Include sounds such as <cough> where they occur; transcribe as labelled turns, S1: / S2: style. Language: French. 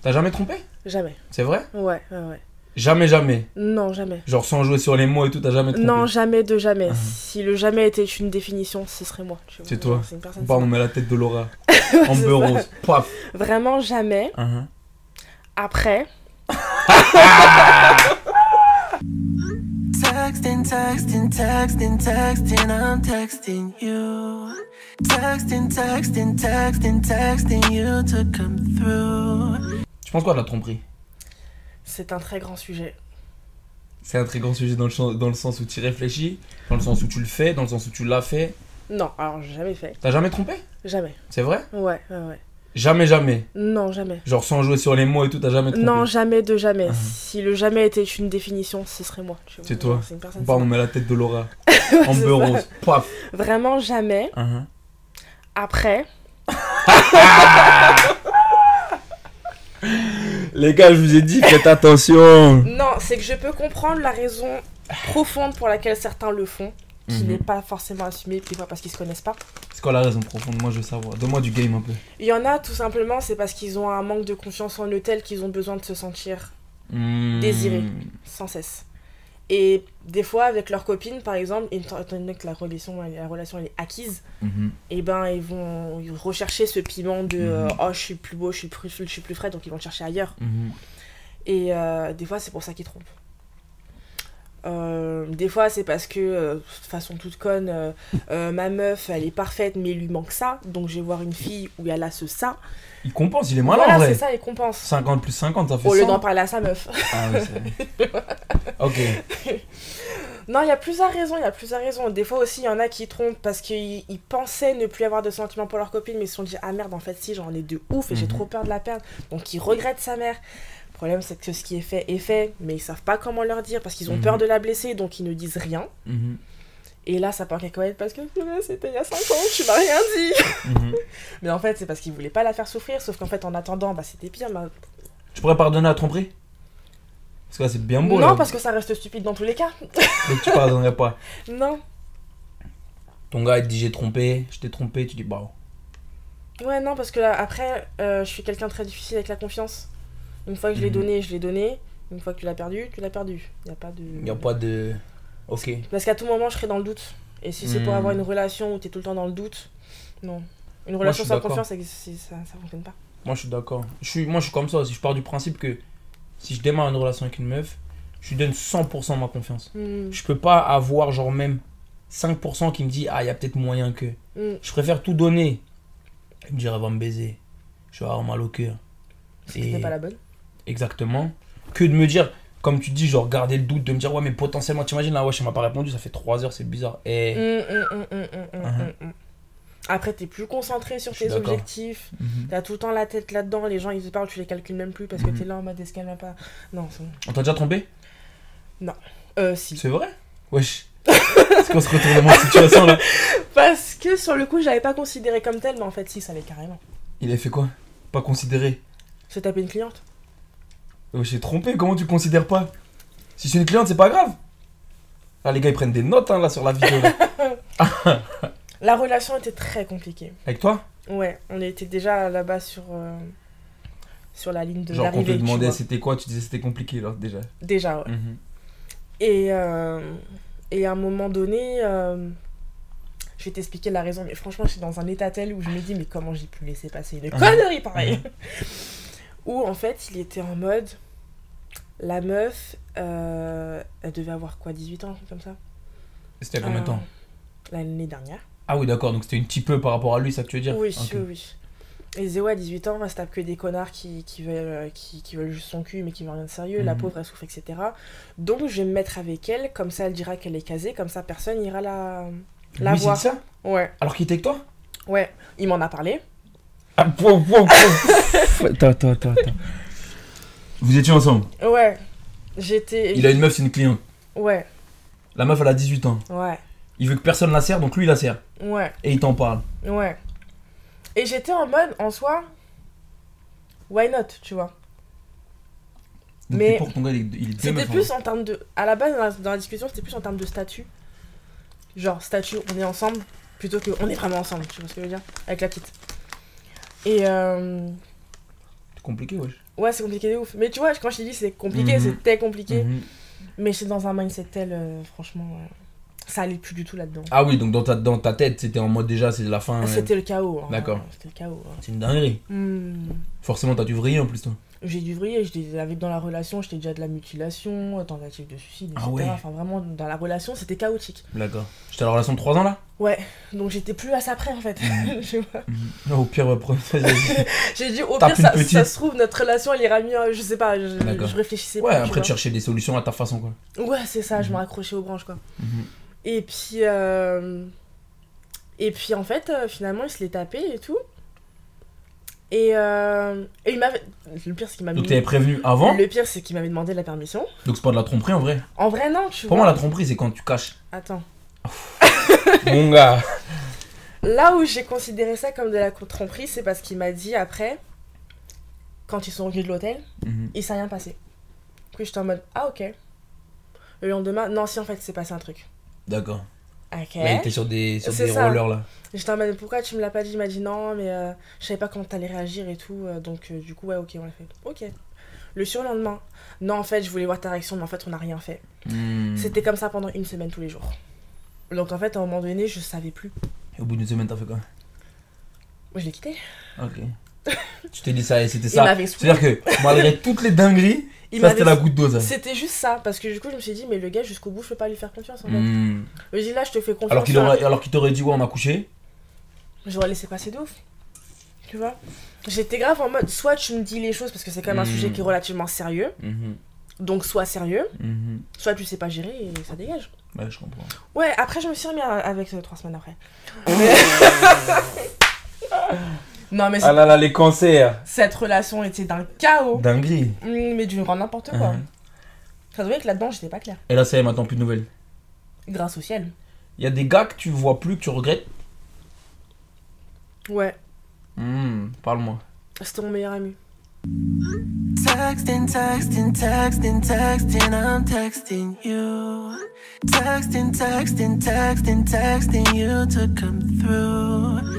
S1: T'as jamais trompé
S2: Jamais.
S1: C'est vrai
S2: Ouais, ouais, ouais.
S1: Jamais, jamais.
S2: Non, jamais.
S1: Genre sans jouer sur les mots et tout, t'as jamais trompé
S2: Non, jamais de jamais. Si le jamais était une définition, ce serait moi. tu vois.
S1: Ah. C'est toi.
S2: C'est une personne.
S1: Bam, on met la tête de Laura. en
S2: <laughs> C'est
S1: beurre
S2: ça.
S1: rose. Paf.
S2: Vraiment jamais.
S1: Hein,
S2: Après,
S3: Texting, texting, texting, texting, I'm texting you. Texting, texting, texting, texting you to come through.
S1: Tu penses quoi de la tromperie
S2: c'est un très grand sujet.
S1: C'est un très grand sujet dans le, chan- dans le sens où tu réfléchis, dans le sens où tu le fais, dans le sens où tu l'as fait.
S2: Non, alors j'ai jamais fait.
S1: T'as jamais trompé
S2: Jamais.
S1: C'est vrai
S2: Ouais, ouais, ouais.
S1: Jamais, jamais.
S2: Non, jamais.
S1: Genre sans jouer sur les mots et tout, t'as jamais trompé
S2: Non, jamais de jamais. Si le jamais était une définition, ce serait moi. tu vois.
S1: Ah. C'est toi.
S2: C'est une personne.
S1: Bam, on met la tête de Laura. en
S2: <laughs> C'est
S1: beurre
S2: ça.
S1: rose. Paf.
S2: Vraiment jamais.
S1: Hein,
S2: Après,
S1: Les gars, je vous ai dit, faites attention.
S2: non, c'est que je peux comprendre la raison profonde pour laquelle certains le font, qui
S1: Mhm.
S2: n'est pas forcément assumée, des fois parce qu'ils se connaissent pas.
S1: C'est quoi la raison profonde Moi, je veux savoir. Donne-moi du game un peu.
S2: Il y en a tout simplement, c'est parce qu'ils ont un manque de confiance en eux tel qu'ils ont besoin de se sentir
S1: Hmm.
S2: Désiré. sans cesse. Et des fois, avec leurs copines, par exemple, étant étant donné que la relation, elle- la relation elle est acquise,
S1: Mhm.
S2: et ben ils vont ils vont rechercher ce piment de euh,
S1: Mhm.
S2: oh je suis plus beau, je suis plus, je suis plus frais, donc ils vont le chercher ailleurs.
S1: Mhm.
S2: Et euh, des fois, c'est pour ça qu'ils trompent. Euh, des fois, c'est parce que, euh, de façon toute conne, euh, euh, ma meuf, elle est parfaite, mais il lui manque ça. Donc, je vais voir une fille où elle a ce ça.
S1: Il compense, il est malin en
S2: voilà,
S1: vrai.
S2: c'est ça, les compense.
S1: 50 plus 50, ça fait
S2: Au lieu
S1: 100.
S2: d'en parler à sa meuf. <laughs>
S1: Ah oui, c'est vrai. ok.
S2: non, il y a plusieurs raisons, il y a plusieurs raisons. Des fois aussi, il y en a qui trompent parce qu'ils ils pensaient ne plus avoir de sentiments pour leur copine, mais ils se sont dit Ah merde, en fait, si, j'en ai de ouf et j'ai
S1: Mhm.
S2: trop peur de la perdre. Donc, ils regrettent sa mère. Le problème, c'est que ce qui est fait est fait, mais ils savent pas comment leur dire parce qu'ils ont
S1: Mhm.
S2: peur de la blesser, donc ils ne disent rien.
S1: Mhm.
S2: Et là, ça part en cacahuète parce que purée, c'était il y a 5 ans, tu m'as rien <laughs> dit.
S1: Mhm.
S2: Mais en fait, c'est parce qu'il voulait pas la faire souffrir, sauf qu'en fait, en attendant, bah c'était pire. bah-
S1: Tu pourrais pardonner à tromperie Parce que là, c'est bien beau.
S2: non,
S1: là.
S2: parce que ça reste stupide dans tous les cas.
S1: Donc, tu pardonnerais
S2: <laughs>
S1: pas.
S2: non.
S1: Ton gars, il te dit j'ai trompé, je t'ai trompé, tu dis bah.
S2: Ouais, non, parce que là, après, euh, je suis quelqu'un de très difficile avec la confiance. Une fois que je l'ai
S1: Mhm.
S2: donné, je l'ai donné. Une fois que tu l'as perdu, tu l'as perdu. Il a pas de.
S1: Il a pas de. Ok.
S2: Parce qu'à tout moment, je serai dans le doute. Et si c'est pour
S1: Mhm.
S2: avoir une relation où t'es tout le temps dans le doute, non. Une
S1: Moi, je
S2: relation
S1: suis
S2: sans
S1: d'accord.
S2: confiance, ça, c'est- ça, ça fonctionne pas.
S1: Moi, je suis d'accord. Je suis, moi, je suis comme ça aussi. Je pars du principe que si je démarre une relation avec une meuf, je lui donne 100% de ma confiance.
S2: Mhm.
S1: Je peux pas avoir, genre, même 5% qui me dit ah, il y a peut-être moyen que.
S2: Mhm.
S1: Je préfère tout donner. Elle me dire elle va me baiser. Je vais avoir mal au cœur.
S2: Parce que t'es pas la bonne.
S1: Exactement. Que de me dire, comme tu dis, genre garder le doute, de me dire, ouais, mais potentiellement, t'imagines là, ouais, elle m'a pas répondu, ça fait 3 heures, c'est bizarre. Eh. Et.
S2: Mm, mm, mm, mm, mm, mm,
S1: Mhm.
S2: mm, mm. Après, t'es plus concentré sur
S1: Je suis
S2: tes
S1: d'accord.
S2: objectifs. T'as tout le temps la tête là-dedans. Les gens, ils te parlent, tu les calcules même plus parce que
S1: Mhm.
S2: t'es là en mode est-ce qu'elle m'a pas. Non, c'est bon.
S1: On t'a déjà trompé
S2: Euh, si.
S1: C'est vrai Wesh. <laughs> C'est qu'on se retourne en situation là
S2: Parce que sur le coup, j'avais pas considéré comme tel, mais en fait, si, ça l'est carrément.
S1: Il avait fait quoi Pas considéré.
S2: Se taper une cliente.
S1: Wesh, j'ai trompé, comment tu considères pas Si c'est une cliente, c'est pas grave. Là, les gars, ils prennent des notes hein, là sur la vidéo.
S2: <laughs>
S1: là.
S2: La relation était très compliquée.
S1: Avec toi
S2: Ouais, on était déjà là-bas sur. euh, Sur la ligne de
S1: Genre, quand on te
S2: l'arrivée. tu
S1: demandait
S2: vois.
S1: c'était quoi, tu disais c'était compliqué là déjà.
S2: Déjà, ouais.
S1: Mhm.
S2: Et, euh, et à un moment donné, euh, je vais t'expliquer la raison, mais franchement, je suis dans un état tel où je me dis, mais comment j'ai pu laisser passer une
S1: Mhm.
S2: connerie pareille <laughs> Où en fait, il était en mode, la meuf, euh, elle devait avoir quoi, 18 ans, comme ça
S1: C'était il y a combien de
S2: Euh,
S1: temps
S2: L'année dernière.
S1: Ah oui, d'accord, donc c'était une petit peu par rapport à lui, ça que tu veux dire
S2: Oui,
S1: Ok.
S2: oui, oui. Et Zéo à 18 ans, elle se tape que des connards qui, qui, veulent, euh, qui, qui veulent juste son cul mais qui veulent rien de sérieux, la
S1: Mhm.
S2: pauvre elle souffre, etc. Donc je vais me mettre avec elle, comme ça elle dira qu'elle est casée, comme ça personne n'ira la... La
S1: Lui, c'est
S2: voir.
S1: ça
S2: Ouais,
S1: Alors qu'il était avec toi
S2: ouais, il m'en a parlé.
S1: Ah, pou, pou, pou. attends, attends, attends, attends. Vous étiez ensemble
S2: Ouais, j'étais...
S1: Il a une meuf, c'est une cliente.
S2: Ouais,
S1: La meuf, elle a 18 ans.
S2: ouais,
S1: Il veut que personne la serre, donc lui, il la serre.
S2: ouais,
S1: Et il t'en parle.
S2: ouais. Et j'étais en mode, en soi, why not, tu vois
S1: Donc,
S2: Mais-
S1: t'es pour que ton gars, il est- il est deux
S2: C'était
S1: meufs, en
S2: plus en termes de. À la base, dans la, dans la discussion, c'était plus en termes de statut. Genre, statut, on est ensemble, plutôt que on est vraiment ensemble, tu vois ce que je veux dire Avec la petite. Et. euh,
S1: hein. C'est compliqué, wesh.
S2: Ouais, c'est compliqué de ouf. Mais tu vois, quand je t'ai dit c'est compliqué,
S1: Mhm.
S2: c'était compliqué.
S1: Mhm.
S2: Mais j'étais dans un mindset tel, euh, franchement, euh, ça allait plus du tout là-dedans.
S1: Ah oui, donc dans ta, dans ta tête, c'était en mode déjà, c'est la fin. Ah ouais.
S2: C'était le chaos. hein.
S1: D'accord.
S2: C'était le chaos. hein.
S1: C'est une dinguerie.
S2: Hmm.
S1: Forcément, t'as dû vriller en plus, toi.
S2: J'ai dû vriller, j'étais avec dans la relation, j'étais déjà de la mutilation, euh, tentative de suicide,
S1: Ah
S2: etc.
S1: ouais.
S2: Enfin vraiment, dans la relation, c'était chaotique.
S1: D'accord. J'étais à la relation de 3 ans là
S2: Ouais, donc j'étais plus à ça près
S1: <laughs>
S2: en fait. Tu vois.
S1: Au pire, euh, pre- ouais,
S2: J'ai dit au
S1: T'as
S2: pire,
S1: pris le
S2: ça,
S1: petit.
S2: ça se trouve, notre relation elle ira mieux, euh, je sais pas, je,
S1: Ah, D'accord.
S2: je réfléchissais pas, tu
S1: après, Mm. tu cherchais des solutions à ta façon, quoi.
S2: vois. Ouais, c'est ça, je me raccrochais aux branches quoi.
S1: Mhm.
S2: Et puis, euh, et puis en fait, euh, finalement, il se l'est tapé et tout. Et, euh, et il m'avait. Le pire, c'est qu'il m'avait.
S1: Donc, t'avais prévenu avant,
S2: Le pire, c'est qu'il m'avait demandé la permission.
S1: donc c'est pas de la tromperie en vrai.
S2: En vrai, non, tu
S1: Pour
S2: vois.
S1: moi, la tromperie, c'est quand tu caches.
S2: Attends.
S1: Mon gars
S2: Là où j'ai considéré ça comme de la tromperie, c'est parce qu'il m'a dit après, quand ils sont revenus de l'hôtel,
S1: <laughs> Mhm.
S2: il s'est rien passé. Puis j'étais en mode, ah ok. Le lendemain, non, si en fait, c'est passé un truc.
S1: D'accord.
S2: Ok.
S1: Là, il était sur des, sur
S2: C'est
S1: des
S2: ça.
S1: rollers là.
S2: J'étais en mode pourquoi tu me l'as pas dit Il m'a dit non, mais euh, je savais pas comment t'allais réagir et tout. euh, donc euh, du coup, ouais, ok, on l'a fait. Ok. Le surlendemain, non, en fait, je voulais voir ta réaction, mais en fait, on n'a rien fait.
S1: Mhm.
S2: C'était comme ça pendant une semaine tous les jours. Donc en fait, à un moment donné, je savais plus.
S1: Et au bout d'une semaine, t'as fait quoi
S2: Moi, Je l'ai quitté. <laughs>
S1: Ok. tu t'es dit ça et c'était
S2: Il
S1: ça.
S2: m'avait saoulé.
S1: C'est-à-dire que
S2: <laughs>
S1: malgré toutes les dingueries,
S2: Il
S1: ça
S2: m'avait
S1: c'était la goutte d'eau ça.
S2: C'était juste ça, parce que du coup, je me suis dit, mais le gars, jusqu'au bout, je peux pas lui faire confiance en fait.
S1: Mhm.
S2: Je lui ai dit, là, je te fais confiance.
S1: Alors qu'il
S2: sur-
S1: aurait, alors qu'il t'aurait dit ouais on a couché.
S2: J'aurais laissé passer de ouf. Tu vois J'étais grave en mode, soit tu me dis les choses, parce que c'est quand même un
S1: Mm.
S2: sujet qui est relativement sérieux.
S1: Mhm.
S2: Donc, sois sérieux,
S1: Mhm.
S2: soit tu sais pas gérer et ça dégage.
S1: Ouais je comprends.
S2: Ouais, après je me suis remis à- avec euh, trois semaines après. non mais c'est-
S1: Ah là là les cancers.
S2: cette relation était d'un chaos,
S1: Dinguerie.
S2: Mm, mais du grand n'importe quoi.
S1: Mhm.
S2: Ça se voyait que là-dedans j'étais pas claire.
S1: Et là ça y est maintenant plus de nouvelles.
S2: Grâce au ciel.
S1: Il y a des gars que tu vois plus que tu regrettes.
S2: Ouais,
S1: Mhm. Parle-moi.
S2: c'était mon meilleur ami.
S3: Texting, texting, texting, texting, I'm texting you. Texting, texting, texting, texting you to come through.